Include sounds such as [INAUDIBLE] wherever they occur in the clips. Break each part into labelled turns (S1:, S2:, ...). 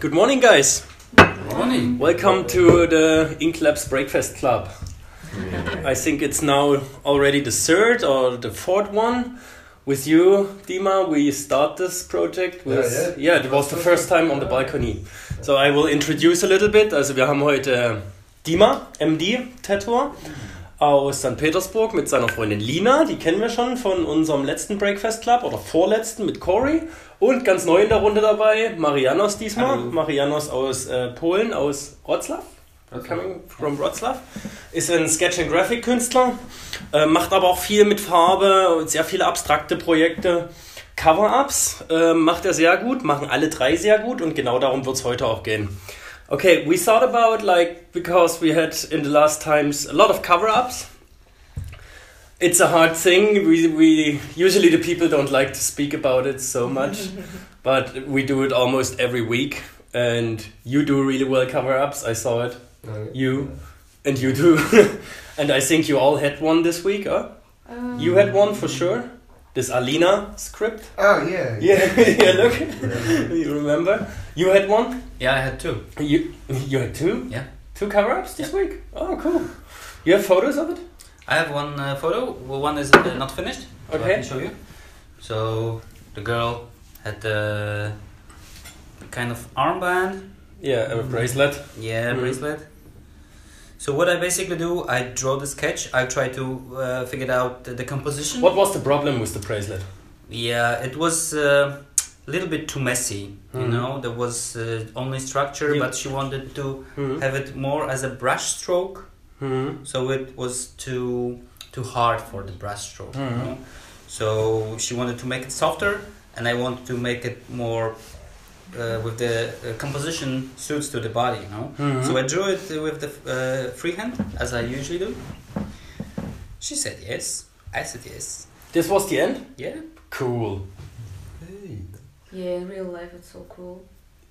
S1: Good morning, guys.
S2: Morning.
S1: Welcome to the Inklabs Breakfast Club. I think it's now already the third or the fourth one. With you, Dima, we start this project with.
S2: Yeah,
S1: it was the first time on the balcony. So I will introduce a little bit. Also, wir haben heute äh, Dima, MD, Tattoo aus St. Petersburg mit seiner Freundin Lina. Die kennen wir schon von unserem letzten Breakfast Club oder vorletzten mit Cory. Und ganz neu in der Runde dabei, Marianos diesmal.
S2: Hallo.
S1: Marianos aus äh, Polen, aus Wroclaw. Coming from Wroclaw. Ist ein Sketch and Graphic Künstler, äh, macht aber auch viel mit Farbe und sehr viele abstrakte Projekte. Cover-ups äh, macht er sehr gut, machen alle drei sehr gut und genau darum wird es heute auch gehen. Okay, we thought about like because we had in the last times a lot of cover-ups. It's a hard thing. We we usually the people don't like to speak about it so much, but we do it almost every week. And you do really well cover-ups. I saw it, You. and you do, [LAUGHS] and I think you all had one this week. Huh?
S3: Um,
S1: You had one for sure. This Alina script.
S2: Oh yeah.
S1: Yeah, yeah. Look, you remember? You had one.
S4: Yeah, I had two.
S1: You you had two?
S4: Yeah.
S1: Two cover ups this week? Oh cool. You have photos of it?
S4: I have one uh, photo. Well, One is uh, not finished. so I
S1: Okay.
S4: can show you. So the girl had the kind of armband.
S1: Yeah, a bracelet.
S4: Yeah,
S1: Mhm.
S4: bracelet. So what I basically do, I draw the sketch. I try to uh, figure out the, the composition.
S1: What was the problem with the bracelet?
S4: Yeah, it was uh, a little bit too messy. You
S1: Mhm.
S4: know, there was uh, only structure,
S1: Yeah.
S4: but she wanted to
S1: Hmm.
S4: have it more as a brush stroke. so it was too too hard for the brushstroke.
S1: Mhm.
S4: You know? So she wanted to make it softer, and I wanted to make it more uh, with the uh, composition suits to the body. You know,
S1: Hmm. Mm-hmm.
S4: so I drew it uh, with the uh, freehand as I usually do. She said yes. I said yes.
S1: This was the end?
S4: Yeah.
S1: Cool.
S3: yeah, in real life it's so cool.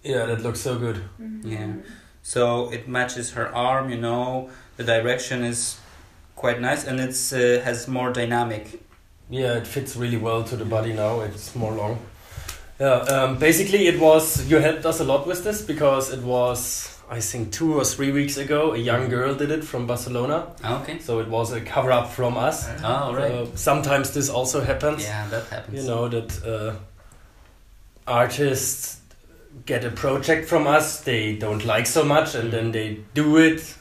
S1: Yeah, that looks so good.
S2: Mm-hmm.
S4: Yeah. So it matches her arm. You know, the direction is quite nice, and it's uh, has more dynamic.
S1: Yeah, it fits really well to the body now. It's more long. Yeah, um, basically it was you helped us a lot with this because it was I think two or three weeks ago a young girl did it from Barcelona.
S4: Okay.
S1: So it was a cover up from us.
S4: Oh, all right.
S1: Uh, sometimes this also happens.
S4: yeah, that happens.
S1: you know that uh, artists get a project from us they don't like so much and then they do it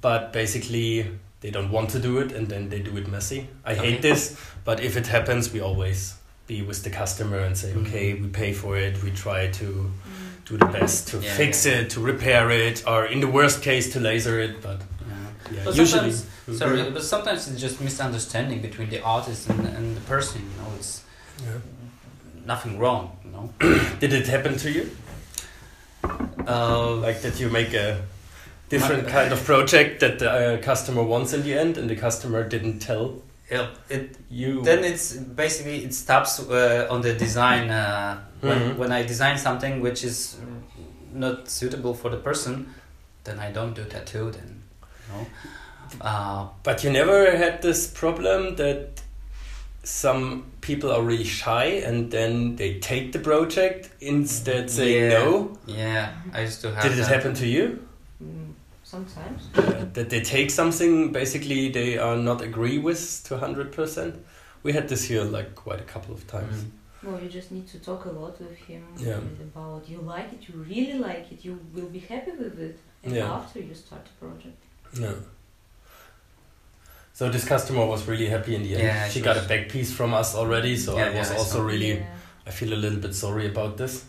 S1: but basically they don't want to do it and then they do it messy i hate
S4: Okay.
S1: this but if it happens we always be with the customer and say
S4: Mhm.
S1: okay we pay for it we try to
S3: Mm-hmm.
S1: do the best to
S4: Yeah,
S1: fix
S4: yeah, yeah.
S1: it to repair it or in the worst case to laser it but
S4: Yeah.
S1: yeah,
S4: But
S1: usually Mm-hmm.
S4: sometimes- Sorry, but sometimes it's just misunderstanding between the artist and, and the person. You know, it's nothing wrong. You know,
S1: [COUGHS] did it happen to you
S4: uh,
S1: like that you make a different kind of project that the uh, customer wants in the end and the customer didn't tell
S4: yeah, it,
S1: you
S4: then it's basically it stops uh, on the design. Uh, when,
S1: Mhm.
S4: when I design something which is not suitable for the person, then I don't do tattoo. Then, you know, uh,
S1: but you never had this problem that some people are really shy and then they take the project instead saying
S4: Yeah. Uh-huh.
S1: no
S4: yeah, I used to have.
S1: did it
S4: that.
S1: happen to you
S2: Mm.
S1: Uh,
S3: Sometimes.
S1: that they take something basically they are not agree with to 100% we had this here like quite a couple of times
S4: Mhm.
S3: Well, you just need to talk a lot with him
S1: Yeah.
S3: about you like it, you really like it, you will be happy with it, and
S1: Yeah.
S3: after you start the project.
S1: No. So this customer was really happy in the end.
S4: Yeah,
S1: she
S4: she
S1: got
S4: was.
S1: a back piece from us already, so
S4: Yeah,
S1: I was
S4: yeah, I
S1: also
S4: saw.
S1: really
S3: Yeah.
S1: I feel a little bit sorry about this.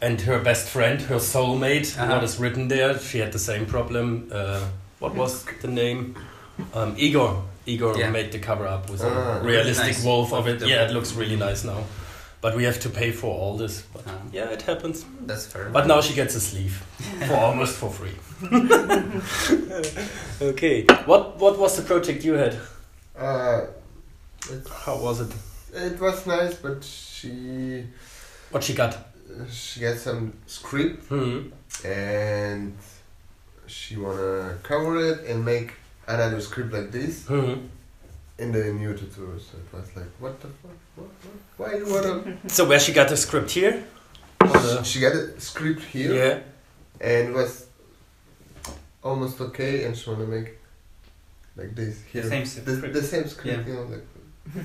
S1: And her best friend, her soulmate,
S4: Uh-huh.
S1: what is written there, she had the same problem. Uh, what was the name? Um, Igor. Igor
S4: Yeah.
S1: made the cover up with
S2: Ah.
S1: a realistic
S4: Nice.
S1: wolf of it.
S4: The-
S1: Yeah, it looks really nice now. But we have to pay for all this. But
S4: Uh,
S1: yeah, it happens.
S4: that's fair.
S1: But now she gets a sleeve for almost for free. [LAUGHS] okay. What what was the project you had?
S2: Uh, it,
S1: How was it?
S2: it was nice, but she
S1: What she got?
S2: she got some script
S1: Hmm.
S2: and she wanna cover it and make another script like this
S1: Hmm.
S2: in the new tutorial. So it was like, what the fuck? What, what? Why you wanna?
S1: So where she got the script here?
S2: Uh,
S1: the
S2: She got a script here
S1: yeah
S2: and it was almost okay, and she wanna make like this here.
S4: Same
S2: the,
S4: script.
S2: the same script, you know, like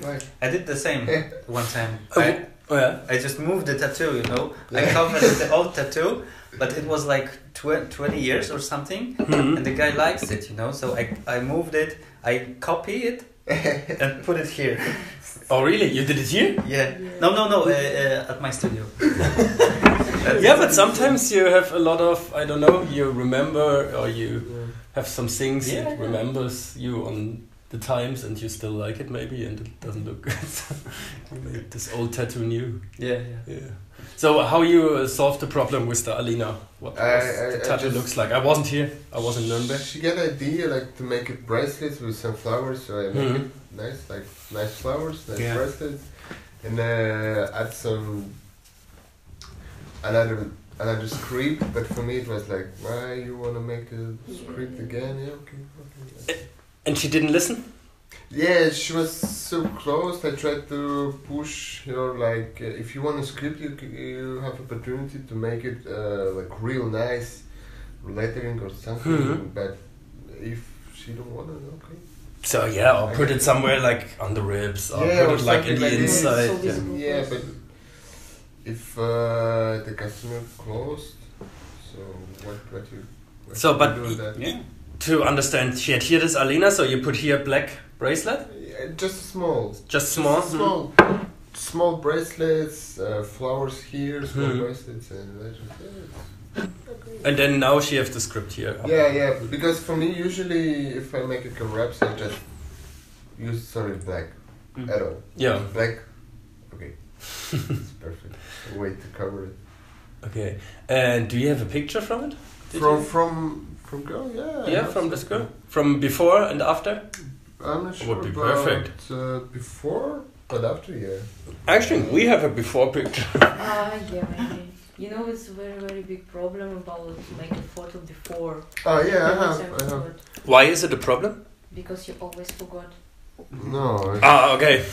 S2: why?
S4: I did the same
S2: Yeah.
S4: one time.
S1: Eh. Oh,
S4: I,
S1: oh yeah
S4: I just moved the tattoo, you know. I
S2: Yeah.
S4: covered the old tattoo, but it was like tw- 20 years or something,
S1: Hmm.
S4: and the guy likes it, you know. So I, I moved it, I copy it, and put it here.
S1: oh really you did it here
S4: Yeah. No, no, no, uh, uh, at my studio.
S1: yeah but sometimes you have a lot of I don't know you remember or you
S2: Yeah.
S1: have some things
S4: Yeah,
S1: that
S4: yeah.
S1: remembers you on the times and you still like it maybe and it doesn't look [LAUGHS] good so you made this old tattoo new
S4: Yeah, yeah.
S1: yeah so how you uh, solved the problem with the alina what
S2: I-
S1: was
S2: I-
S1: the
S2: I
S1: tattoo
S2: just-
S1: looks like i wasn't here i was in nürnberg
S2: She got idea like to make it bracelets with some flowers, so I make
S1: Mhm.
S2: it nice, like nice flowers, nice
S1: Yeah.
S2: bracelets, and uh, add some another another script. But for me, it was like, why you wanna make a script
S3: Yeah.
S2: again? Yeah, okay, okay.
S1: and she didn't listen
S2: Yeah, she was so close. I tried to push her like, uh, if you want a script, you c- you have opportunity to make it uh, like real nice lettering or something.
S1: Mhm.
S2: But if she don't want it, okay.
S1: so yeah or put it somewhere like on the ribs or
S2: Yeah,
S1: put
S2: or
S1: it like in
S2: something
S1: the
S2: like this.
S1: inside
S3: So
S1: yeah.
S3: visible.
S2: Yeah, but if uh, the customer closed, so what what you what
S1: So,
S2: you
S1: but
S2: do with that?
S4: Yeah.
S1: to understand she had here this alina so you put here black bracelet
S2: Yeah, just small,
S1: just small Mm-hmm.
S2: just small, small bracelets, uh, flowers here, small
S1: Mhm.
S2: bracelets, and that was it.
S1: and then now she have the script here
S2: Yeah, yeah. Because for me, usually if I make a collab, I just use solid black
S4: Mm.
S2: at all.
S1: yeah
S2: Black, okay, it's perfect. A way to cover it.
S1: Okay. And do you have a picture from it? Did
S2: from
S1: you-
S2: from from girl, yeah. I
S1: yeah,
S2: have
S1: from this
S2: something.
S1: girl? From before and after?
S2: I'm not sure
S1: Would be
S2: about
S1: perfect.
S2: Uh, before, but after, yeah.
S1: Actually, we have a before picture. [LAUGHS]
S3: Ah, yeah, maybe. You know, it's a very, very big problem about like a photo before.
S2: Oh yeah, I
S3: Because
S2: have, I have.
S3: forgot.
S1: Why is it a problem?
S3: Because you always forgot.
S2: No, I-
S1: Ah, okay. [LAUGHS]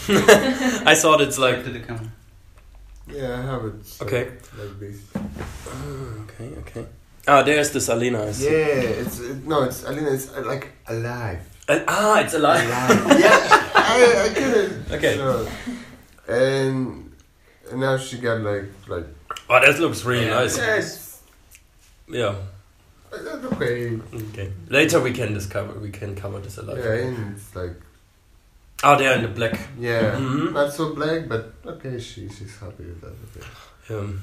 S1: I thought it's like.
S4: to the camera.
S2: yeah, I have it. so,
S1: Okay.
S2: Like this.
S1: Ah, Okay, okay. Ah, there's this Alina. I see.
S2: Yeah, it's it, no, it's Alina. It's uh, like
S1: [LAUGHS]
S2: alive.
S1: And- ah, it's [LAUGHS] alive.
S2: Alive. yeah, I, I get it.
S1: Okay.
S2: So, and and now she got like like.
S1: Oh, that looks really
S4: Yeah.
S1: nice.
S2: Yeah, it's,
S1: Yeah.
S2: it's okay.
S1: Okay. Later we can discover. We can cover this alive.
S2: Yeah, and it's like
S1: Ah, there in the black.
S2: yeah,
S1: Mhm.
S2: not so black, but okay. She she's happy with that. Okay.
S1: Um,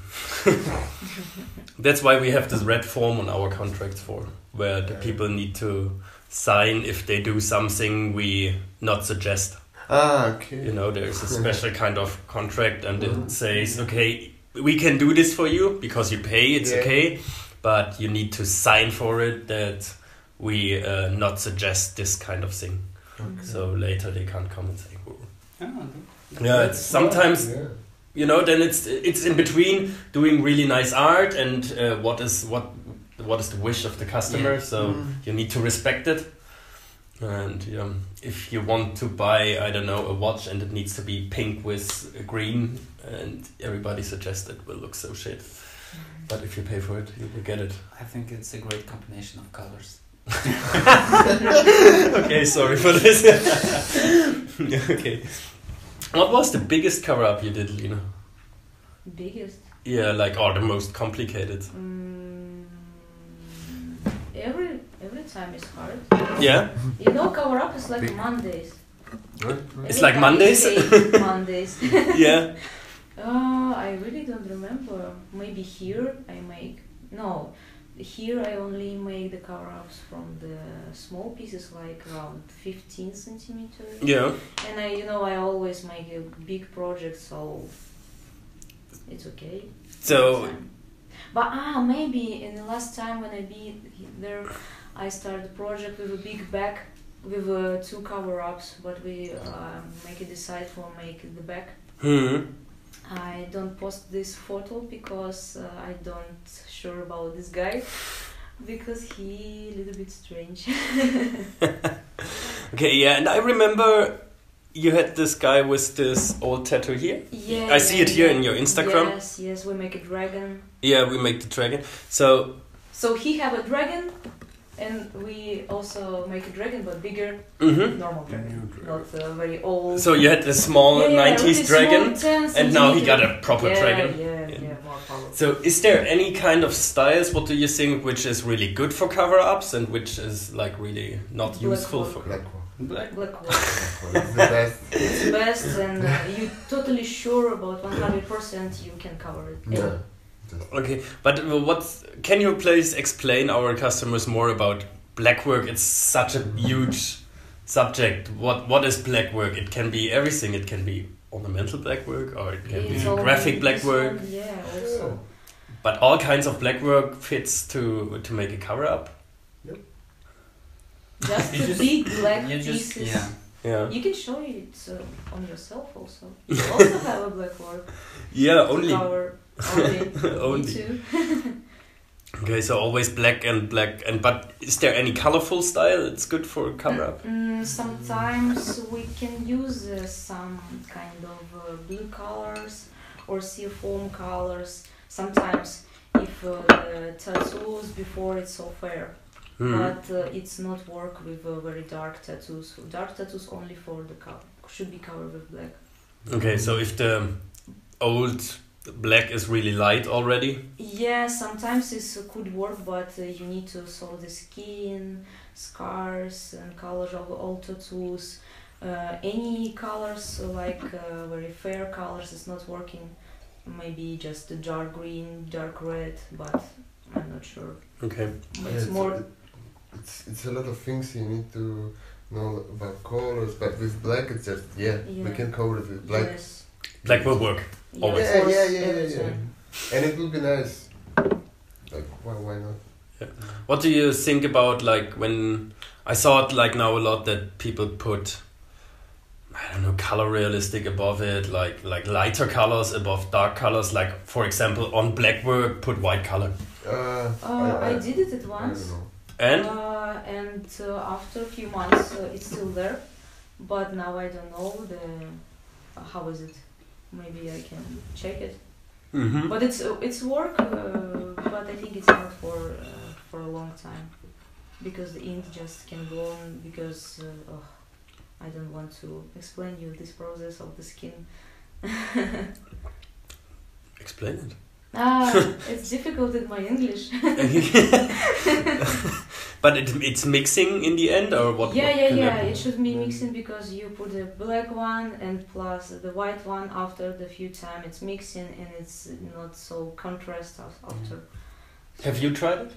S1: [LAUGHS] that's why we have this red form on our contracts for where the
S2: Yeah.
S1: people need to sign if they do something we not suggest.
S2: Ah, okay.
S1: You know, there's
S2: [LAUGHS]
S1: a
S2: Yeah.
S1: special kind of contract and
S2: Mhm.
S1: it says, okay, we can do this for you because you pay, it's
S2: Yeah.
S1: okay, but you need to sign for it that we uh, not suggest this kind of thing.
S2: Mm-hmm. Okay.
S1: So later they can't come and say, "Oh."
S4: Oh,
S1: yeah, it's sometimes
S2: Yeah.
S1: you know then it's it's in between doing really nice art and uh, what is what what is the wish of the customer
S4: Yeah.
S1: so
S2: Mm.
S1: you need to respect it and yeah, if you want to buy i don't know a watch and it needs to be pink with uh, green and everybody suggests it will look so shit but if you pay for it you will get it [LAUGHS]
S4: I think it's a great combination of colors.
S1: okay sorry for this [LAUGHS] okay what was the biggest cover up you did lina
S3: Biggest.
S1: yeah like or the most complicated
S3: Mm, every every time is hard.
S1: yeah
S3: You know, cover up is like
S2: Big.
S3: Mondays.
S2: Right, right.
S1: It's
S3: Every
S1: like
S3: time
S1: Mondays?
S3: you
S1: [LAUGHS]
S3: say Mondays.
S1: yeah.
S3: Uh, I really don't remember. Maybe here I make no. Here I only make the cover ups from the small pieces, like around 15 centimeters.
S1: Yeah.
S3: And I, you know, I always make a big project, so it's okay.
S1: So
S3: But ah, maybe in the last time when I be there, I started a project with a big bag with uh, two cover ups, but we uh, make a decide for make the bag.
S1: hmm.
S3: I don't post this photo because uh, I don't sure about this guy because [LAUGHS] he a little bit strange.
S1: Okay, yeah, and I remember you had this guy with this old tattoo here.
S3: Yeah.
S1: I see
S3: yeah,
S1: it here
S3: yeah.
S1: in your Instagram.
S3: Yes, yes, we make a dragon.
S1: Yeah, we make the dragon. So,
S3: So he have a dragon, and we also make a dragon, but bigger,
S1: mhm.
S3: normal dragon,
S2: New
S3: not uh, very old.
S1: so you had the small
S3: Yeah, yeah, really
S1: 90s dragon,
S3: small, 10
S1: and now he
S3: centimeter.
S1: got a proper
S3: yeah,
S1: dragon.
S3: Yeah,
S1: Yeah.
S3: yeah, more powerful.
S1: So, is there any kind of styles? What do you think which is really good for cover ups and which is like really not
S3: Black
S1: useful
S3: one.
S1: for
S2: Black one.
S4: Black.
S3: Black was
S2: Black one. It's the best.
S3: the best, and uh, you totally sure about one hundred percent you can cover it.
S2: Yeah.
S1: Okay, but what can you please explain our customers more about black work? It's such a huge subject. What what is black work? It can be everything. It can be ornamental black work, or it can
S3: It's
S1: be
S3: all
S1: graphic
S3: in
S1: black
S3: this
S1: work.
S3: one, Yeah, also.
S1: But all kinds of black work fits to to make a cover up.
S3: Just
S4: [LAUGHS] You
S3: the
S4: just-
S3: big black
S4: you just
S3: pieces.
S4: yeah.
S1: Yeah.
S3: You can show it uh, on
S1: [LAUGHS]
S3: yourself also. You also have a black work.
S1: Yeah. Only. [LAUGHS]
S3: Cover. Only. Me
S1: Only.
S3: too.
S1: Okay. So always black and black and. But is there any colorful style? It's good for a cover up.
S3: Mm, sometimes we can use uh, some kind of uh, blue colors or seafoam colors. Sometimes if uh, the tattoos before it's so fair,
S1: Hmm.
S3: but uh, it's not work with uh, very dark tattoos. Dark tattoos only for the color should be covered with black.
S1: Okay. So if the old black is really light already.
S3: Yeah, sometimes it's uh, could work, but uh, you need to solve the skin, scars, and colors of all tattoos. Uh, any colors uh, like uh, very fair colors is not working. Maybe just the dark green, dark red, but I'm not sure.
S1: Okay.
S3: But it's more
S2: It's, it's a lot of things you need to know about colors, but with black it's just yeah, we
S3: Yeah.
S2: can cover it with black.
S3: yes.
S1: Black will work.
S3: Yeah,
S1: Always.
S2: Oh, Yeah,
S3: of
S2: yeah,
S3: course,
S2: yeah, yeah, yeah.
S3: everything.
S2: And it will be nice. Like why why not?
S1: What do you think about like when I saw it like now a lot that people put I don't know color realistic above it like like lighter colors above dark colors like for example on black work put white color
S2: Uh,
S3: Uh, I did it at once.
S2: I don't know.
S1: and
S3: Uh, and uh, after a few months, uh, it's still there, but now I don't know the uh, how is it. Maybe I can check it.
S1: Mhm.
S3: But it's uh, it's work, uh, but I think it's not for uh, for a long time because the ink just can go on because uh, ugh, I don't want to explain you this process of the skin.
S1: explain it. [LAUGHS]
S3: ah, it's difficult in my English.
S1: but it, it's mixing in the end or what?
S3: yeah
S1: what
S3: yeah
S1: can
S3: yeah
S1: happen?
S3: it should be mixing because you put the black one and plus the white one after the few time it's mixing and it's not so contrast af- after
S1: Have you tried it?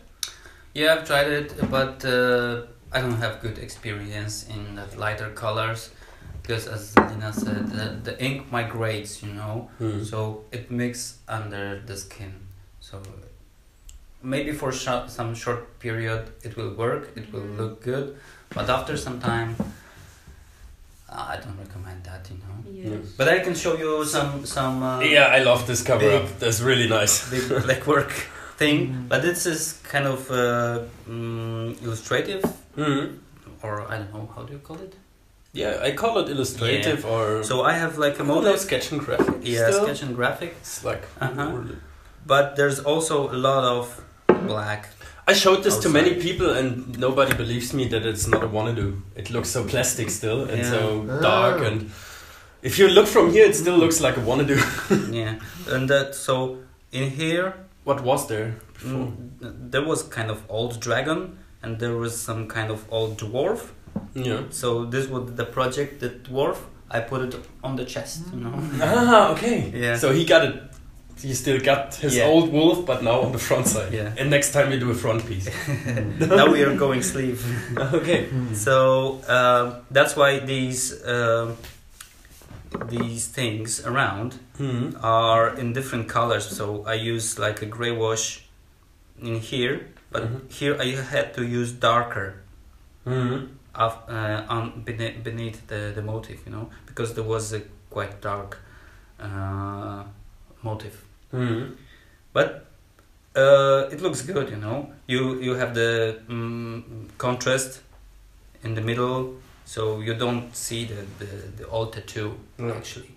S4: Yeah, I've tried it, but uh, I don't have good experience in the lighter colors because, as Lina said, the, the ink migrates, you know,
S1: Hmm. Mm-hmm.
S4: so it mixes under the skin. So maybe for sho- some short period it will work, it will
S3: Mhm.
S4: look good, but after some time, I don't recommend that, you know.
S3: yes
S4: But I can show you some some. Uh,
S1: Yeah, I love this cover
S4: Big.
S1: up. That's really nice.
S4: [LAUGHS] big black work thing. But this is kind of uh, mm, illustrative,
S1: Mhm.
S4: or I don't know how do you call it.
S1: Yeah, I call it illustrative or
S4: So I have like a
S1: Well, no
S4: model,
S1: sketch and graphics.
S4: yeah,
S1: still.
S4: sketch and graphic.
S1: It's like
S4: Uh-huh. But there's also a lot of
S1: [LAUGHS]
S4: black.
S1: I showed this to
S4: Outside.
S1: many people and nobody believes me that it's not a Wanadu. It looks so plastic still and
S4: Yeah.
S1: so
S2: Ah.
S1: dark and if you look from here it still looks like a Wanadu.
S4: yeah, and that so in here
S1: [LAUGHS] what was there before?
S4: mm, there was kind of old dragon, and there was some kind of old dwarf.
S1: Yeah.
S4: So this was the project, the dwarf. I put it on the chest, you
S1: [LAUGHS]
S4: know. [LAUGHS]
S1: Ah, okay.
S4: Yeah.
S1: So he got it he still got his
S4: Yeah.
S1: old wolf but now on the front side.
S4: Yeah.
S1: And next time we do a front
S4: [LAUGHS]
S1: piece.
S4: now we are going sleeve.
S1: okay. [LAUGHS]
S4: So um that's why these um these things around
S1: hmm
S4: are in different colors. So I use like a gray wash in here, but
S1: Mhm.
S4: here I had to use darker
S1: hmm
S4: af- uh, on beneath, beneath the, the motif, you know, because there was a quite dark uh, motif.
S1: hmm
S4: But uh, it looks good, you know. You you have the mm, contrast in the middle, so you don't see the, the, the old tattoo
S1: Yeah.
S4: actually.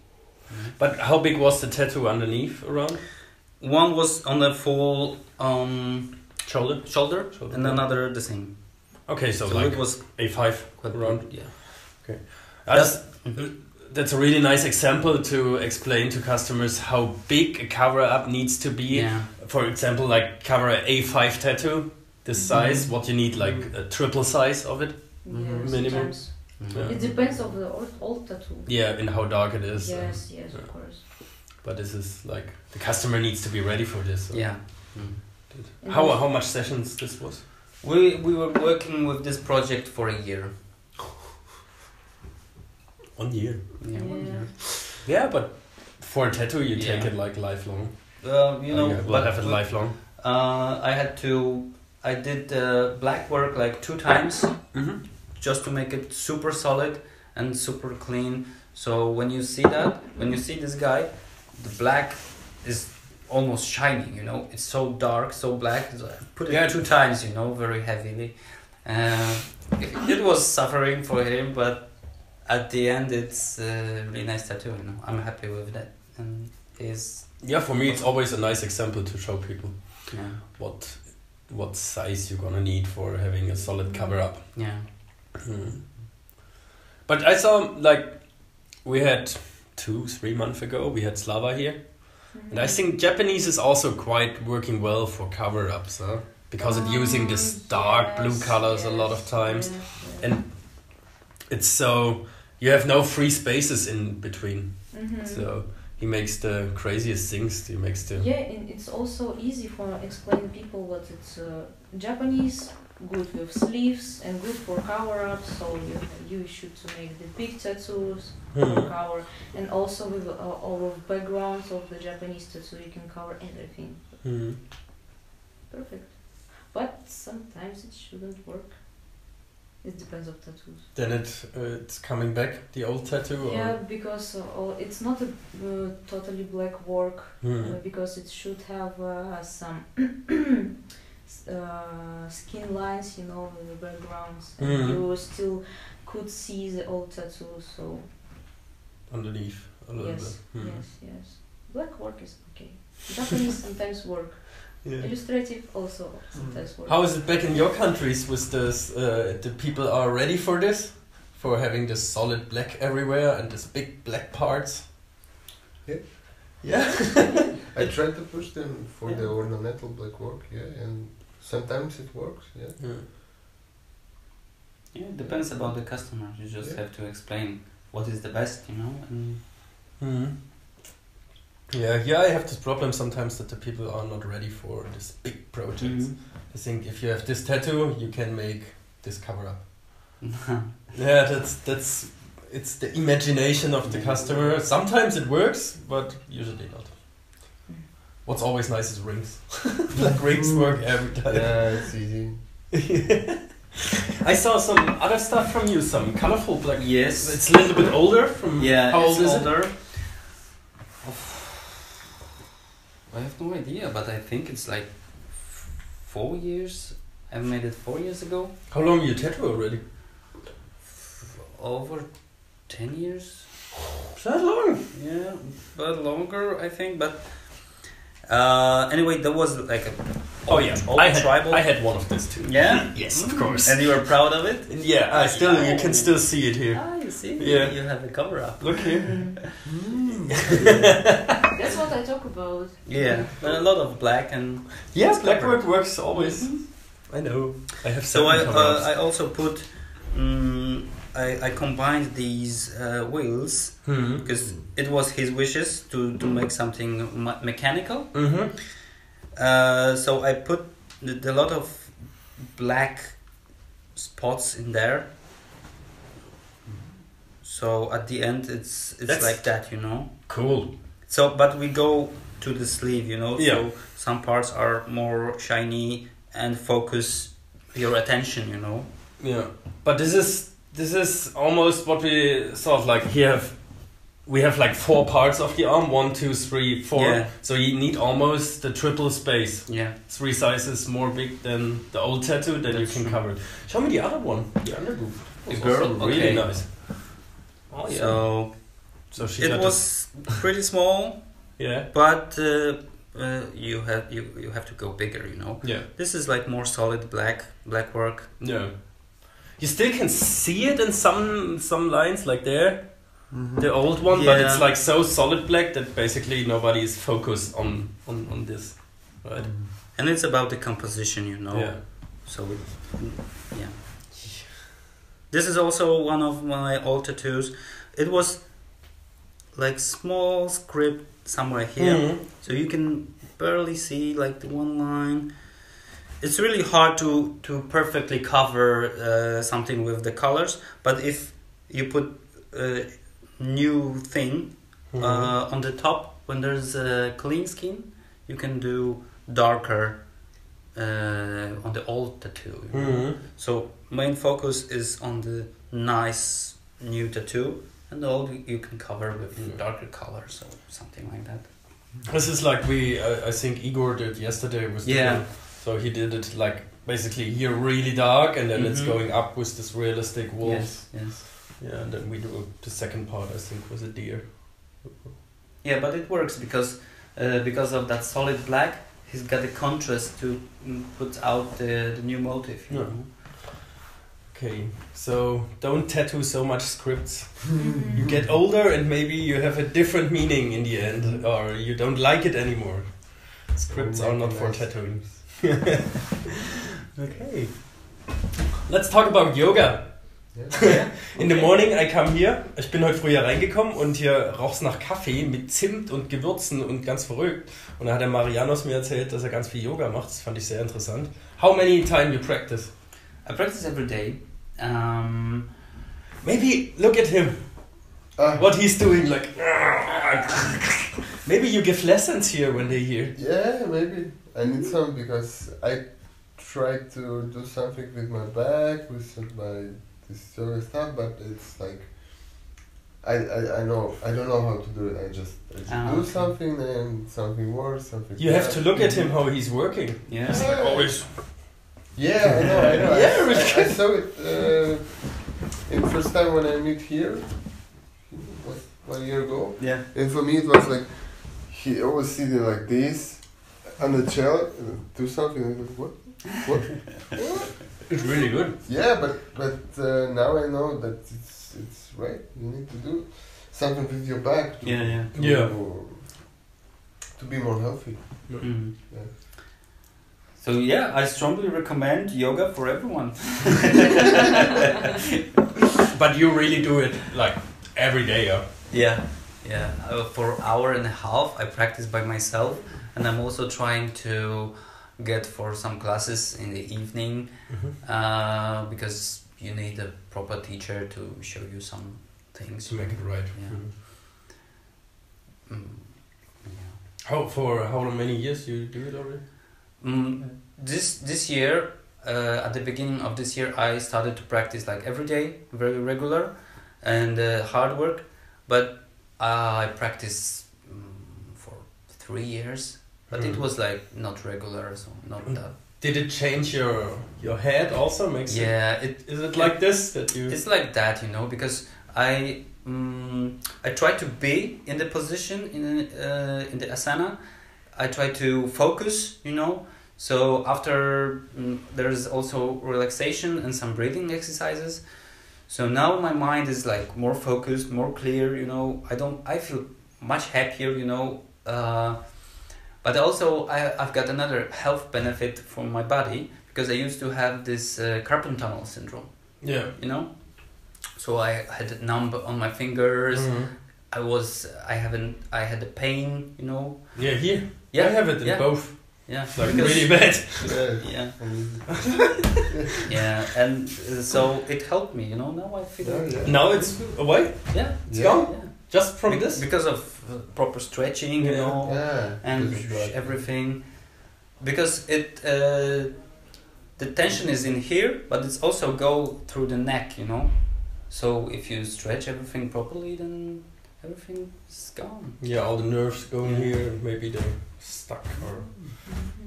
S1: But how big was the tattoo underneath around?
S4: One was on the full um,
S1: Shoulder?
S4: shoulder,
S1: Shoulder.
S4: and another the same.
S1: Okay, so,
S4: So,
S1: like
S4: it was
S1: A5
S4: quite
S1: around.
S4: Yeah.
S1: Uh, That's, that's a really nice example to explain to customers how big a cover up needs to be.
S4: yeah.
S1: For example, like cover a A5 tattoo, this
S4: Mm-hmm.
S1: size, what you need, like a triple size of it.
S3: Yeah,
S1: Minimum.
S3: sometimes.
S1: Yeah.
S4: Mm-hmm.
S3: It depends on the old, old tattoo.
S1: Yeah, and how dark it is.
S3: Yes, yes,
S1: yeah.
S3: of course.
S1: But this is like the customer needs to be ready for this. so.
S4: Yeah.
S1: Mm.
S4: Mm.
S1: How how much sessions this was?
S4: We, we were working with this project for a year.
S1: One year.
S4: Yeah, one year.
S1: Yeah, but for a tattoo you take
S4: Yeah.
S1: it like lifelong.
S4: Uh, you know,
S1: yeah, we'll
S4: but
S1: have it
S4: we-
S1: lifelong.
S4: uh, I had to, I did uh, black work like two times
S1: Mm-hmm.
S4: just to make it super solid and super clean. So when you see that, when you see this guy, the black is almost shining. You know, it's so dark, so black. So I put it
S1: Yeah.
S4: two times. You know, very heavily. Uh, it, it was suffering for him, but at the end, it's a really nice tattoo. You know, I'm happy with that, and is
S1: Yeah, for me it's always a nice example to show people
S4: yeah,
S1: what what size you're gonna need for having a solid cover up.
S4: yeah.
S1: Hmm. But I saw like we had two, three months ago we had Slava here. And
S3: Mm.
S1: I think Japanese is also quite working well for cover ups, huh? Because it's using this
S3: Um,
S1: dark blue
S3: yes,
S1: colors a lot of
S3: yes,
S1: times.
S3: yes, yes.
S1: And it's so you have no free spaces in between.
S3: Mhm.
S1: So he makes the craziest things. He makes the
S3: Yeah, and it's also easy for explain people what it's uh, Japanese good with sleeves and good for cover up. So you you should to make the big tattoos for
S1: Hmm.
S3: cover, and also with uh, all of backgrounds of the Japanese tattoo, you can cover everything.
S1: Hmm.
S3: Perfect. But sometimes it shouldn't work. It depends of tattoos.
S1: Then it uh, it's coming back the old tattoo. Or?
S3: Yeah, because uh, all- it's not a uh, totally black work.
S1: Hmm.
S3: Uh, because it should have uh, some [CLEARS THROAT] s- uh, skin lines, you know, in the backgrounds. and
S1: Mhm.
S3: You still could see the old tattoo, so
S1: underneath a little
S3: yes,
S1: bit. Hmm.
S3: yes, yes. Black work is okay.
S1: [LAUGHS]
S3: Japanese sometimes work.
S1: Yeah. Mm.
S3: Illustrative also sometimes work.
S1: How is it back in your countries with this? Uh, the people are ready for this, for having this solid black everywhere and this big black parts.
S2: Yeah.
S1: Yeah. [LAUGHS]
S2: I tried to push them for the
S1: Yeah.
S2: ornamental black work, yeah, and sometimes it works, yeah.
S1: Hmm.
S4: Yeah, it depends about the customer. You just
S2: Yeah.
S4: have to explain what is the best, you know. And
S1: Hmm. Yeah, yeah, I have this problem sometimes that the people are not ready for this big project.
S4: Mm-hmm. [LAUGHS]
S1: I think if you have this tattoo, you can make this cover up. Yeah, that's that's it's the imagination of the customer. Sometimes it works, but usually not. What's always nice is rings. [LAUGHS] like rings work every time.
S2: yeah, it's easy.
S1: [LAUGHS] I saw some other stuff from you, some colorful black.
S4: yes.
S1: It's a little bit older. From
S4: yeah.
S1: how
S4: it's
S1: old is it?
S4: older. I have no idea, but I think it's like f- four years. I made it four years ago.
S1: How long you tattoo already?
S4: F- Over ten years.
S1: Is that long?
S4: Yeah, but longer, I think. But uh, anyway, there was like a
S1: Oh yeah,
S4: old
S1: I had
S4: tribal.
S1: I had one of these too.
S4: yeah.
S1: [LAUGHS] Yes, of course.
S4: And you were proud of it.
S1: And yeah, I still you can still see it here.
S4: Ah, you see,
S1: Yeah.
S4: you have a cover up.
S1: Look here.
S4: Mm.
S3: Mhm. That's what I talk about.
S4: Yeah, but a lot of black and
S1: Yeah,
S4: It's
S1: black
S4: clever.
S1: work works always. I know. I have
S4: so I
S1: seven
S4: uh,
S1: cover-ups.
S4: I also put um, I I combined these uh, wheels
S1: Hmm.
S4: because it was his wishes to to make something me- mechanical.
S1: Mm-hmm.
S4: Uh, so I put the, the lot of black spots in there. So at the end, it's it's
S1: That's-
S4: like that, you know.
S1: Cool.
S4: So, but we go to the sleeve, you know.
S1: Yeah.
S4: So some parts are more shiny and focus your attention, you know.
S1: Yeah. But this is this is almost what we sort of like here have we have like four parts of the arm one two three four
S4: Yeah.
S1: so you need almost the triple space
S4: Yeah.
S1: three sizes more big than the old tattoo then you
S4: That's
S1: can
S4: true.
S1: cover it show me the other one the underboob
S4: The
S1: It was
S4: girl?
S1: also really
S4: Okay.
S1: nice oh yeah so,
S4: So
S1: she
S4: it
S1: got
S4: was pretty small,
S1: the, [LAUGHS] yeah
S4: but uh, uh, you have you, you have to go bigger. You know,
S1: yeah
S4: this is like more solid black black work.
S1: yeah you still can see it in some some lines like there
S2: Mm.
S1: the old one but
S4: Yeah.
S1: it's like so solid black that basically nobody is focused on on, on this right
S4: And it's about the composition, you know.
S1: yeah
S4: So, it, yeah. This is also one of my old tattoos. It was like small script somewhere here,
S2: Hmm.
S1: Mhm.
S4: so you can barely see like the one line. It's really hard to to perfectly cover uh, something with the colors, but if you put a new thing
S1: Mhm.
S4: uh, on the top when there's a clean skin, you can do darker uh, on the old tattoo. you know?
S2: Mm-hmm.
S1: Mhm.
S4: So main focus is on the nice new tattoo, and all you- you can cover with
S1: Mm.
S4: darker colors or something like that.
S1: This is like we, I, I think Igor did yesterday with the
S4: Yeah.
S1: one. so he did it like basically here really dark and then it's
S4: Mhm.
S1: going up with this realistic wolf.
S4: Yes, yes.
S1: Yeah, and then we do the second part I think was a deer.
S4: Yeah, but it works because uh, because of that solid black, he's got the contrast to mm, put out the, the new motif. You
S1: Yeah.
S4: know?
S1: Okay, so don't tattoo so much scripts. You
S3: Mhm.
S1: get older and maybe you have a different meaning in the end, or you don't like it anymore. Scripts
S2: Mm-hmm.
S1: are not for tattooing. [LAUGHS] okay. Let's talk about yoga. [LAUGHS]
S2: Yeah.
S1: In the morning I come hier, ich bin heute früher reingekommen und hier roch's nach Kaffee mit Zimt und Gewürzen und ganz verrückt. Und da hat der Marianos mir erzählt, dass er ganz viel Yoga macht. Das fand ich sehr interessant. How many time you practice?
S4: I practice every day. Um,
S1: Maybe look at him,
S2: Ah,
S1: what he's doing, like. [LAUGHS] Maybe you give lessons here when they're here.
S2: Yeah, maybe. I need some because I tried to do something with my back, with my this sort of stuff, but it's like I, I, I know I don't know how to do it. I just, I just
S4: Ah,
S2: do
S4: okay.
S2: something and something worse, something.
S1: You have to
S2: better.
S1: look at him how he's working.
S4: yeah.
S1: It's like always. [LAUGHS]
S2: Yeah, I know, I know.
S1: Yeah,
S2: I,
S1: we
S2: I, I
S1: can-
S2: saw it uh, in first time when I meet here, what, one year ago.
S4: Yeah.
S2: And for me, it was like he always sitting like this on the chair, uh, do something. and I'm like, what? What?
S1: It's really good.
S2: Yeah, but but uh, now I know that it's it's right. You need to do something with your back. To,
S4: Yeah, yeah.
S2: To,
S1: Yeah.
S2: To be more
S4: [LAUGHS]
S2: healthy.
S4: Mm.
S2: Yeah.
S4: So yeah, I strongly recommend yoga for [LAUGHS] everyone.
S1: But you really do it like every day, yeah?
S4: Yeah, yeah. Uh, for hour and a half, I practice by myself, and I'm also trying to get for some classes in the evening
S1: Mm-hmm.
S4: uh, because you need a proper teacher to show you some things.
S1: To make it right. Mm-hmm.
S4: Yeah. Mm, yeah.
S1: How for how many years you do it already?
S4: Mm, this this year, uh, at the beginning of this year, I started to practice like every day, very regular, and uh, hard work. But uh, I practiced mm, for three years, but it
S1: Mm.
S4: was like not regular, so not
S1: Mm.
S4: that.
S1: Did it change your your head also? Makes it,
S4: Yeah, it
S1: is it like this that you?
S4: it's like that, you know, because I mm I try to be in the position in uh, in the asana. I try to focus, you know. So after mm, there is also relaxation and some breathing exercises. So now my mind is like more focused, more clear. You know, I don't. I feel much happier. You know. Uh, but also I, I've got another health benefit from my body because I used to have this uh, carpal tunnel syndrome
S1: yeah.
S4: you know so i had a numb on my fingers
S1: Mhm.
S4: i was i haven't i had a pain you know
S1: Yeah, here. I
S4: yeah
S1: have it in
S4: yeah.
S1: both.
S4: yeah
S1: It's like really bad.
S2: Yeah.
S4: yeah
S2: And-
S4: yeah and uh, so it helped me you know now i feel
S2: Yeah, yeah.
S1: Now it's away.
S4: yeah,
S1: It's
S2: Yeah.
S1: gone.
S4: yeah.
S1: Just from
S4: Be-
S1: this.
S4: because of uh, proper stretching you
S1: Yeah.
S4: know
S2: Yeah.
S4: and
S2: because you like-
S4: everything because it uh, the tension is in here but it's also go through the neck you know so if you stretch everything properly then everything's gone.
S1: Yeah, all the nerves going
S4: Yeah. Mm.
S1: here. Maybe they're stuck. Or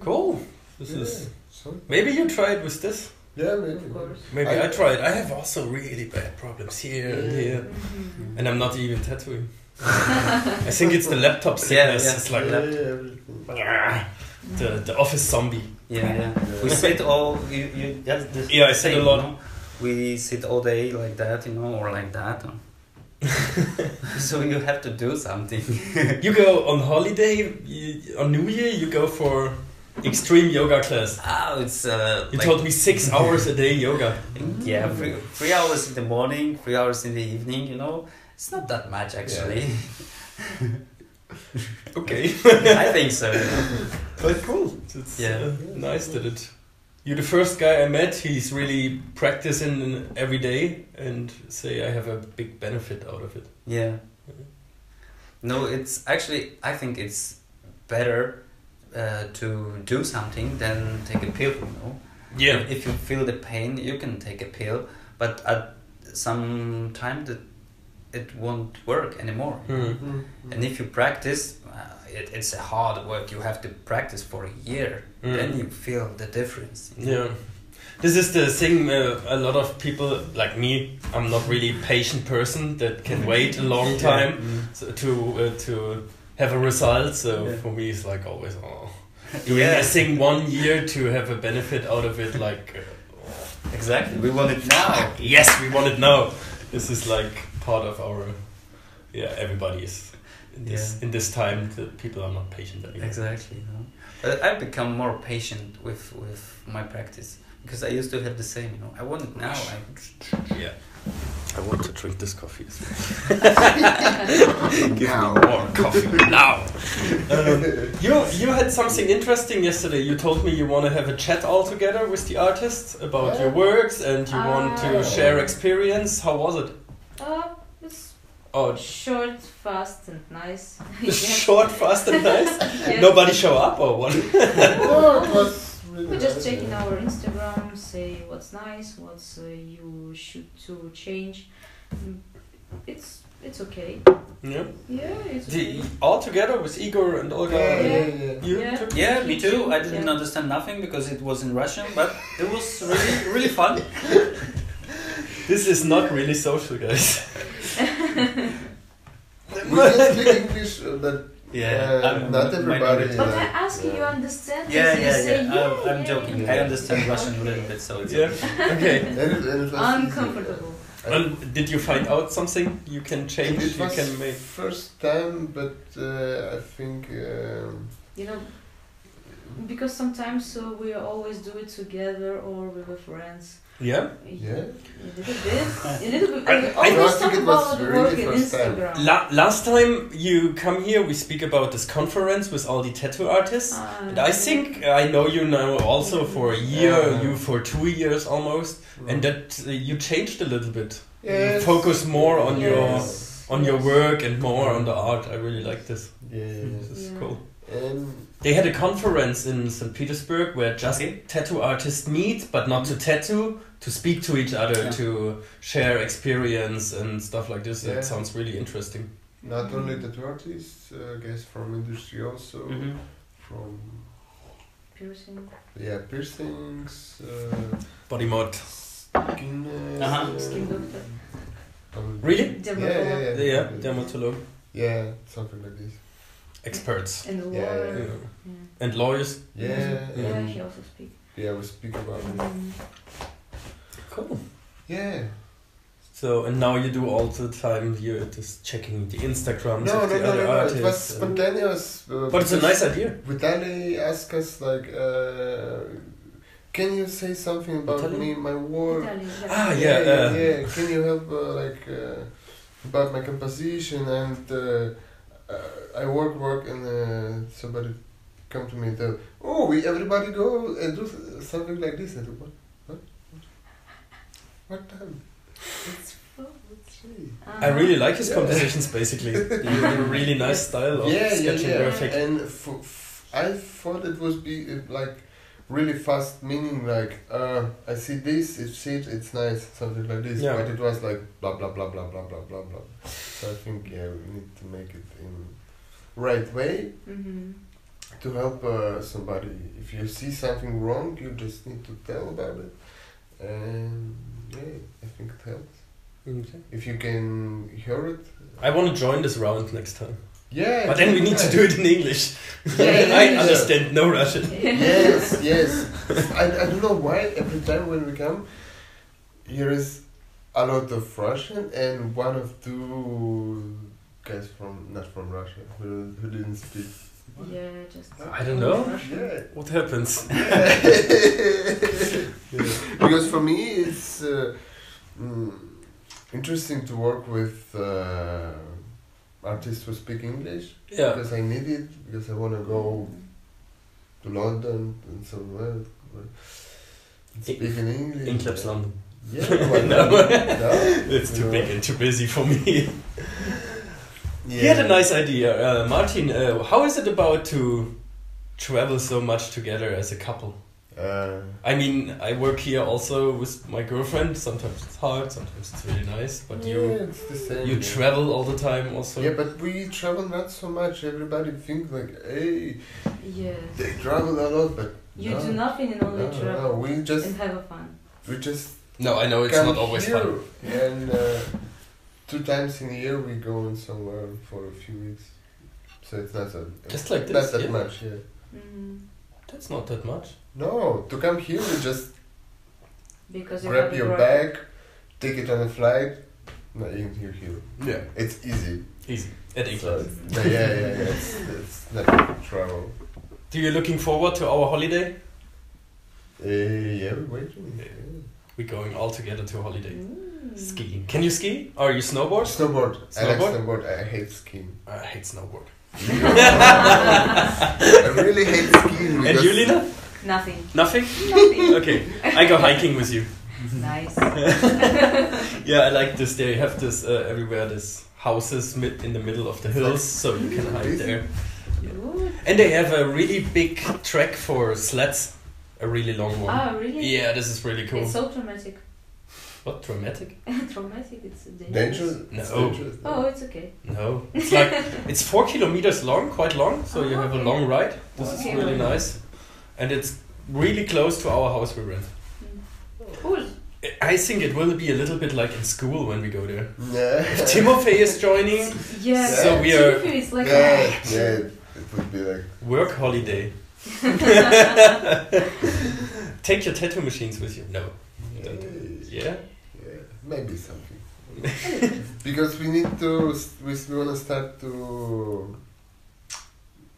S1: cool. This is.
S2: So,
S1: Maybe you try it with this.
S2: yeah, maybe.
S3: Of course.
S1: Maybe I,
S2: I-
S1: try it. I have also really bad problems here and
S2: Yeah.
S1: here, [LAUGHS]
S3: Mhm.
S1: and I'm not even
S2: [LAUGHS]
S1: tattooing. I think it's the laptop
S4: Yeah,
S1: sickness.
S4: yeah.
S1: It's like
S2: yeah, yeah, everything.
S1: "Ah," the the office zombie.
S4: Yeah,
S1: [LAUGHS]
S4: yeah. we sit all. You, you, that's the
S1: Yeah, I sit
S4: thing,
S1: a lot.
S4: you know? We sit all day like that, you know, or like that.
S1: [LAUGHS]
S4: so you have to do something. [LAUGHS]
S1: You go on holiday you, on New Year. You go for extreme yoga class.
S4: Ah, it's uh,
S1: You
S4: like-
S1: taught me
S4: [LAUGHS]
S1: six hours a day yoga.
S4: Yeah,
S1: Mm.
S4: three, three hours in the morning, three hours in the evening. You know, it's not that much
S1: [LAUGHS]
S4: actually.
S1: Okay,
S4: I think so. you know.
S1: but cool. It's
S4: Yeah.
S1: uh, nice that it. You're the first guy I met. He's really practicing every day, and say I have a big benefit out of it.
S4: Yeah. No, it's actually I think it's better uh, to do something than take a pill. You know. If you feel the pain, you can take a pill, but at some time that it won't work anymore.
S1: Hmm.
S2: Mm.
S4: And if you practice, uh, it, it's a hard work. You have to practice for a year,
S1: Mm.
S4: then you feel the difference.
S1: Yeah. This is the thing. Uh, a lot of people like me. I'm not really patient person that
S4: Mm-hmm.
S1: can wait a long time
S4: [LAUGHS]
S1: so to uh, to have a result. So
S4: Yeah.
S1: for me, it's like always
S4: [LAUGHS]
S1: oh, doing
S4: Yeah,
S1: a thing one year to have a benefit out of it. Like uh, oh,
S4: exactly. We want it now.
S1: yes, we want it now. This is like part of our yeah. Everybody is in this in this time that people are not patient anymore.
S4: Exactly. No? But Uh, I've become more patient with with my practice because I used to have the same. You know, I want it now. I,
S1: Yeah. I want to drink this coffee. as
S2: Give now.
S1: more coffee now. [LAUGHS] Um, you you had something interesting yesterday. You told me you want to have a chat all together with the artists about your works and you want to
S3: Ah.
S1: share experience. How was it?
S3: Uh, it's [LAUGHS]
S1: Oh, [LAUGHS]
S3: short, fast, and nice. [LAUGHS]
S1: short, fast, and nice.
S3: Yes.
S1: [LAUGHS] Nobody show up or what?
S2: No, it was really
S3: We just
S2: nice,
S3: check in
S2: yeah.
S3: our Instagram, say what's nice, what's uh, you should to change. Mm, It's it's okay.
S1: Yeah.
S3: Yeah, it's okay.
S1: The, all together with Igor and Olga.
S2: Yeah, yeah,
S3: Yeah.
S2: yeah.
S1: You
S3: Yeah.
S1: took-
S4: [LAUGHS] yeah, me too. I didn't
S3: Yeah.
S4: understand nothing because it was in Russian, but it was really really fun.
S1: This is not really social, [LAUGHS] guys.
S2: We can speak English, uh, that
S4: Yeah,
S2: Uh,
S4: I'm
S2: not everybody. uh,
S4: minority.
S3: But I
S2: Yeah.
S3: ask you, you understand?
S4: [LAUGHS] Yeah,
S3: us, you
S4: yeah,
S3: say,
S4: yeah. I'm, I'm
S3: yeah,
S4: joking.
S3: yeah.
S4: I understand Russian a little
S3: Okay.
S4: bit, so it's
S1: Yeah. Okay.
S2: and it, and it was
S3: Uncomfortable.
S1: And did you find out something you can change?
S2: It
S1: You
S2: was
S1: can make.
S2: first time, but uh, I think um,
S3: You know, because sometimes uh, we always do it together or with our friends.
S1: Yeah.
S2: yeah.
S3: A little bit. A little bit.
S1: I-
S3: we
S1: I
S3: always
S2: think
S3: talk
S2: it was
S3: about the
S2: really
S3: work in
S2: first time.
S3: Instagram.
S1: La- last time you come here, we speak about this conference with all the tattoo artists.
S3: Ah,
S1: And I think uh, I know you now also for a year,
S2: Yeah.
S1: you for two years almost, and that uh, you changed a little bit.
S2: Yes.
S1: You focus more on your
S3: Yes.
S1: on your work and more on the art. I really like this.
S2: Yeah, yeah,
S1: This is
S3: Yeah.
S1: cool.
S2: yeah. And
S1: They had a conference in St. Petersburg where just
S4: Okay.
S1: tattoo artists meet, but not to tattoo, to speak to each other,
S4: Yeah.
S1: to share experience and stuff like this.
S2: Yeah.
S1: That sounds really interesting.
S2: not only the artists, uh, guys from industry also
S1: Mm-hmm.
S4: Mhm.
S2: from
S3: Piercing.
S2: yeah piercings, uh,
S1: Body mod.
S2: skin, uh,
S4: Uh-huh.
S3: Skin doctor.
S2: um,
S1: Really?
S2: Yeah, yeah,
S3: Dermatolog.
S2: yeah.
S1: Yeah, dermatologue
S2: Yeah, something like this.
S1: experts.
S3: And the
S2: Yeah, yeah,
S3: war.
S1: Yeah.
S3: Yeah.
S1: And lawyers.
S2: Yeah,
S3: Yeah,
S2: yeah.
S3: he also speak.
S2: we speak about it.
S3: Mm.
S1: Cool.
S2: Yeah.
S1: So and now you do all the time you're just checking the Instagrams
S2: No,
S1: of
S2: no,
S1: the
S2: no,
S1: other
S2: no, no.
S1: artists.
S2: It was
S1: and-
S2: spontaneous. Uh,
S1: but it's a nice idea.
S2: Vitaly asked us like, uh, can you say something about
S1: Vitaly?
S2: me, my work?
S3: Italian,
S1: Ah,
S3: yeah.
S1: yeah,
S2: yeah,
S1: uh,
S2: yeah. Can you help uh, like uh, about my composition and uh, uh, I work work and uh, somebody come to me and tell, oh, we everybody go and do something like this. I do what? What? What time? It's four, it's three.
S1: I really like his
S2: Yeah.
S1: compositions
S2: [LAUGHS]
S1: basically. He had a really nice style of
S2: yeah, yeah,
S1: sketching
S2: yeah.
S1: graphic.
S2: And f- f- I thought it was be uh, like really fast meaning like uh, I see this, it seems it's nice, something like this.
S1: Yeah.
S2: But it was like blah blah blah blah blah blah blah blah. So I think yeah, we need to make it in right way
S3: Mm-hmm.
S2: to help uh, somebody. If you see something wrong, you just need to tell about it, and yeah, I think it helps.
S1: Okay.
S2: If you can hear it,
S1: I want to join this round next time.
S2: yeah.
S1: But then we need to do it in English. [LAUGHS]
S2: Yeah, yeah,
S1: I
S2: yeah.
S1: understand no
S3: [LAUGHS]
S1: Russian.
S2: yes, yes. I, I don't know why every time when we come, here is a lot of Russian and one of two guys from not from Russia who, who didn't speak.
S3: Yeah, just.
S1: I don't know.
S2: Yeah. [LAUGHS]
S1: What happens?
S2: because for me it's uh, mm, interesting to work with uh, artists who speak English
S1: Yeah.
S2: because I need it because I want to go to London and somewhere. where- Speak in English.
S1: In Clubs London. [LAUGHS]
S2: Yeah, why
S1: No.
S2: not? no.
S1: [LAUGHS] It's too
S2: Yeah.
S1: big and too busy for me.
S2: Yeah.
S1: He had a nice idea. Uh, Martin, uh, how is it about to travel so much together as a couple?
S2: Uh,
S1: I mean, I work here also with my girlfriend. Sometimes it's hard, sometimes it's really nice. But you
S2: yeah, it's the same.
S1: you
S2: yeah.
S1: travel all the time also.
S2: Yeah, but we travel not so much. Everybody thinks like, hey,
S3: Yes.
S2: they travel a lot, but
S3: You
S2: no.
S3: do nothing and only
S2: No, no,
S3: travel
S2: no, we just
S3: and have a fun.
S2: we just
S1: No, I know it's
S2: come
S1: not always
S2: here
S1: fun.
S2: and uh, two times in a year we go in somewhere for a few weeks, so it's not so
S1: Just like
S2: not
S1: this,
S2: that
S1: yeah.
S2: much. Yeah,
S3: hmm
S1: That's not that much.
S2: no, to come here we just
S3: Because you
S2: grab
S3: have
S2: your
S3: a brother.
S2: bag, take it on a flight. No, you can hear here.
S1: Yeah.
S2: It's easy.
S1: Easy. At
S2: So
S1: England.
S2: it's- yeah, yeah, yeah. yeah, It's, it's not travel.
S1: Do you looking forward to our holiday?
S2: Uh, yeah, we're waiting. Yeah.
S1: We're going all together to a holiday.
S3: Mm.
S1: Skiing. Can you ski? Or you snowboard?
S2: Snowboard. I like
S1: Snowboard?
S2: snowboard. I hate
S1: [LAUGHS]
S2: skiing.
S1: I hate snowboard.
S2: I really hate skiing.
S1: And
S2: because-
S1: you, Lina?
S3: Nothing. [LAUGHS]
S1: Nothing?
S3: Nothing.
S1: [LAUGHS] Okay. I go hiking with you.
S2: [LAUGHS]
S1: [LAUGHS]
S3: nice.
S1: Yeah, I like this. They have this uh, everywhere. This houses mid in the middle of the hills, so you can hide there.
S3: Good.
S1: And they have a really big track for sleds, a really long one.
S3: Ah, really?
S1: Yeah, this is really cool.
S3: It's so traumatic.
S1: what dramatic?
S3: traumatic. It's dangerous.
S2: Dangerous?
S1: No.
S2: It's dangerous.
S3: Oh, it's okay. [LAUGHS]
S1: No, it's like it's four kilometers long, quite long. So you have a long ride. This is
S3: Ah. Okay.
S1: really nice, and it's really close to our house we rent. Oh.
S3: Cool.
S1: I- I think it will be a little bit like in school when we go there.
S2: Yeah.
S1: If Timofey is joining,
S3: Yeah.
S1: So we are-
S3: Timothy is like.
S2: yeah, yeah, it would be like.
S1: Work
S3: [LAUGHS]
S1: holiday. Take your tattoo machines with you. No. Don't do it. Yeah.
S2: Yeah, maybe something. [LAUGHS] because we need to, s- we want to start to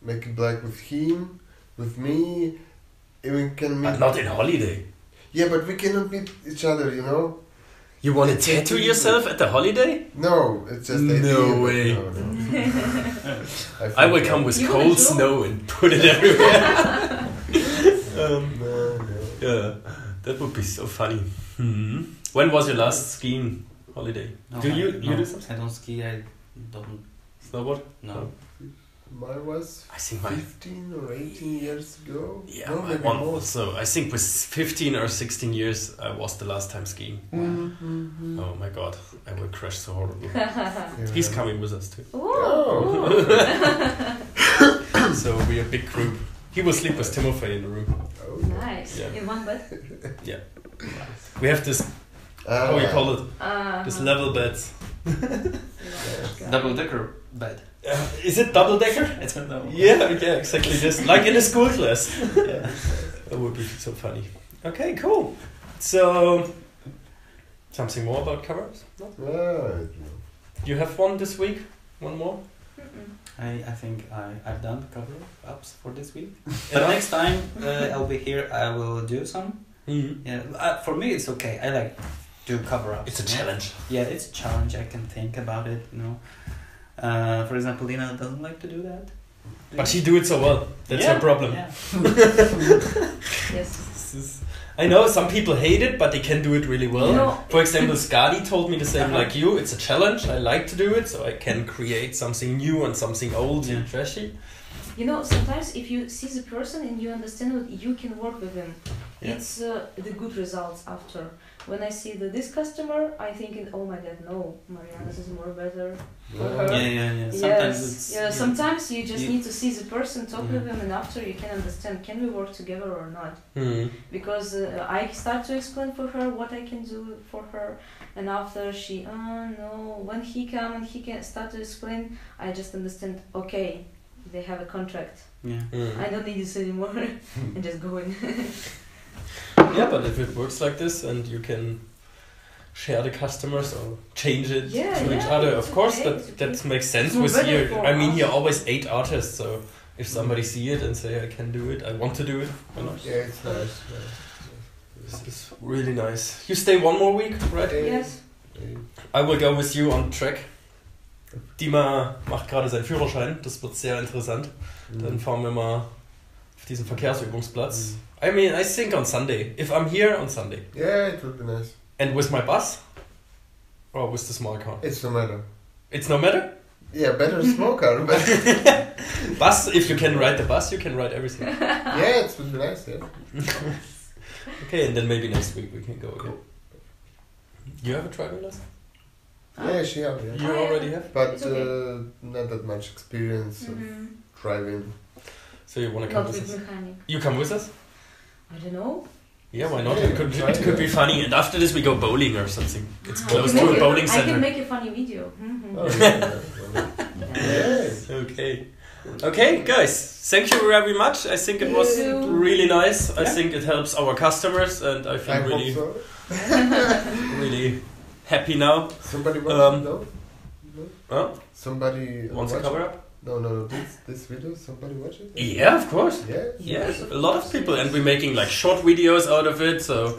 S2: make it black with him, with me. And we can meet.
S1: But not in holiday.
S2: yeah, but we cannot meet each other, you know?
S1: You want to tattoo yourself at the holiday?
S2: No, it's just.
S1: No
S2: idea, but
S1: way.
S2: No, no.
S1: I will
S2: think
S1: come
S2: no.
S1: with
S3: You wanna
S1: cold
S3: show?
S1: snow and put it everywhere.
S3: [LAUGHS]
S1: um,
S2: No, no.
S1: yeah, that would be so funny. Hmm. When was your last skiing holiday?
S4: No,
S1: do
S4: I-
S1: you you
S4: no,
S1: do some
S4: I don't ski. I don't
S1: snowboard?
S4: know.
S2: Mine was
S1: I think my
S2: 15 or 18 years ago.
S1: yeah,
S2: no,
S1: my
S2: maybe
S1: one
S2: more.
S1: also. I think with fifteen or sixteen years, I was the last time skiing.
S3: Mm.
S1: Oh my god, I will crash so
S3: [LAUGHS]
S1: horrible.
S2: Mm-hmm. Yeah.
S1: He's coming with us too.
S3: Oh.
S1: So we a big group. He will sleep with Timofey in the room.
S2: Oh, yeah.
S3: Nice.
S1: Yeah.
S3: In one bed.
S1: We have this
S2: Ah,
S1: how you call it?
S3: Uh,
S1: This level beds.
S4: Double decker bed.
S1: Uh, is it double decker?
S4: [LAUGHS] I don't know.
S1: Yeah, yeah, exactly this. Like in a school class.
S2: [LAUGHS] yeah.
S1: That would be so funny. Okay, cool. So something more about covers? No?
S2: Ah,
S1: You have one this week? One more?
S4: I, I think I, I've done cover ups for this
S1: [LAUGHS]
S4: week. But
S1: Enough?
S4: next time uh, I'll be here, I will do some.
S1: Mhm.
S4: Yeah, uh, for me it's okay. I like do cover ups.
S1: It's a challenge.
S4: Yeah, it's a challenge. I can think about it. You know, uh, for example, Lina doesn't like to do that.
S1: But she do it so well. That's
S4: Yeah,
S1: her problem.
S4: Yeah.
S1: [LAUGHS]
S3: Yes.
S1: This is- I know some people hate it, but they can do it really well.
S3: No.
S1: For example, Skadi told me the same
S4: Mm. Uh-huh.
S1: like you. It's a challenge. I like to do it, so I can create something new and something old and
S4: Yeah.
S1: trashy.
S3: You know, sometimes if you see the person and you understand what you can work with him,
S1: Yeah.
S3: it's uh, the good results after. When I see the, this customer, I think, oh my god, no, Mariana's is more better.
S2: Yeah.
S4: Yeah, yeah, yeah. Sometimes
S3: yes.
S4: it's.
S3: yeah, sometimes you just
S4: You-
S3: need to see the person, talk
S1: Mhm.
S3: with him, and after you can understand can we work together or not.
S4: Mm-hmm.
S1: Mhm.
S3: Because uh, I start to explain for her what I can do for her, and after she, oh no, when he come and he can start to explain, I just understand. Okay, they have a contract.
S4: yeah.
S1: Mhm.
S3: I don't need this
S1: [LAUGHS]
S3: anymore, and just
S2: [LAUGHS]
S3: going.
S1: Yeah, but if it works like this and you can share the customers or change it
S3: Yeah,
S1: to each
S3: yeah,
S1: other,
S3: it's
S1: of course
S3: okay, it's
S1: that that
S3: okay.
S1: makes sense
S3: It's
S1: with
S3: better
S1: you.
S3: for
S1: I mean,
S3: us. Mm-hmm.
S1: you're always eight artists, so if somebody see it and say I can do it, I want to do it, you know,
S2: Yeah, it's nice.
S1: this is really nice. You stay one more week, right?
S3: yes.
S2: Yeah.
S1: I will go with you on track. Dima macht gerade seinen Führerschein, das wird sehr interessant.
S3: Mhm.
S1: Dann fahren wir mal auf diesen Verkehrsübungsplatz. I mean, I think on Sunday. If I'm here on Sunday.
S2: Yeah, it would be nice.
S1: And with my bus? Or with the small car?
S2: It's no matter.
S1: It's no matter. [LAUGHS]
S2: Yeah, better smoker, but
S1: Bus, if you can ride the bus, you can ride everything.
S2: [LAUGHS] yeah, it would be nice. Yeah.
S1: Okay, and then maybe next week we can go again. You have a driving lesson?
S2: Yeah, she have. Yeah.
S1: You
S3: I have-
S1: already have?
S2: But
S3: It's okay.
S2: uh, not that much experience of
S3: Mhm.
S2: driving.
S1: So you wanna come
S3: Not
S1: with
S3: with
S1: us?
S3: mechanic.
S1: You come with us?
S3: I don't know.
S1: Yeah, why not?
S2: Yeah,
S1: It could,
S2: try
S1: it could
S2: it.
S1: be funny. And after this we go bowling or something. It's
S3: Ah,
S1: close
S3: I can
S1: to a
S3: make
S1: bowling
S3: I
S1: center.
S3: can make a funny video. Mhm.
S2: Oh, yeah, yeah, yeah. yeah.
S1: Okay. Okay, guys, thank you very much. I think it was
S3: Thank you.
S1: really nice. I
S4: Yeah.
S1: think it helps our customers, and I feel
S2: I
S1: really,
S2: hope
S1: really happy now.
S2: so. Somebody wants
S1: Um,
S2: no? no?
S1: Huh?
S2: Somebody
S1: Wants a
S2: watch
S1: cover
S2: it?
S1: up?
S2: No, no, no. This this video. Somebody watch it?
S1: Yeah, of course.
S2: Yeah.
S1: Yeah,
S3: Yes, of
S1: a lot
S3: course,
S1: of people,
S3: yes.
S1: and we're making like short videos out of it. So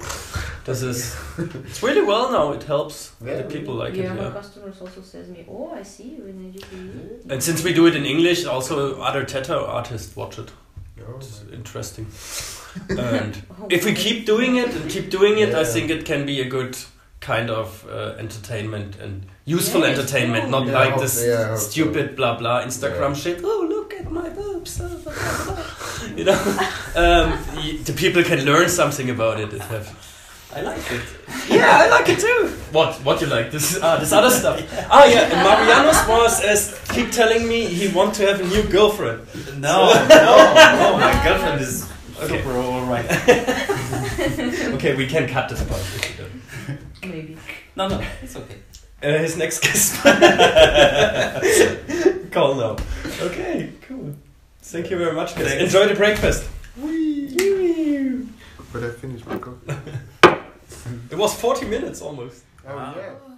S1: this [LAUGHS] is it's really well now. It helps
S2: Yeah.
S1: the people like
S3: yeah,
S1: it.
S3: my
S1: Yeah.
S3: customers also says me, oh, I see you in education.
S1: And since we do it in English, also other tattoo artists watch it.
S2: Oh,
S1: It's
S2: my
S1: [LAUGHS] interesting. and if we keep doing it and keep doing it, I
S2: Yeah.
S1: think it can be a good kind of uh, entertainment and useful
S3: Yeah,
S1: entertainment,
S3: yeah.
S1: not
S2: Yeah, I
S1: like
S2: hope-
S1: this
S2: yeah, I hope so.
S1: stupid blah blah Instagram
S2: Yeah.
S1: shit. Oh, look at my boobs. uh, blah, blah, blah." [LAUGHS] you know, um, y- the people can learn something about it. It have-
S4: I like it.
S1: [LAUGHS] yeah, I like it too. What? What you like? This ah, this other stuff. Ah, [LAUGHS] yeah. and Marianus was as keep telling me he want to have a new girlfriend.
S4: [LAUGHS] No, no, no. My girlfriend is
S1: Okay.
S4: super alright.
S1: Okay, we can cut this part. If you don't.
S3: Maybe.
S4: No, no, it's okay.
S1: Uh, his next [LAUGHS] guest. Call now. Okay, cool. Thank you very much, guys.
S4: Thanks.
S1: Enjoy the breakfast.
S2: But I finished my coffee.
S1: It was 40 minutes almost.
S2: Oh, yeah.
S3: Oh.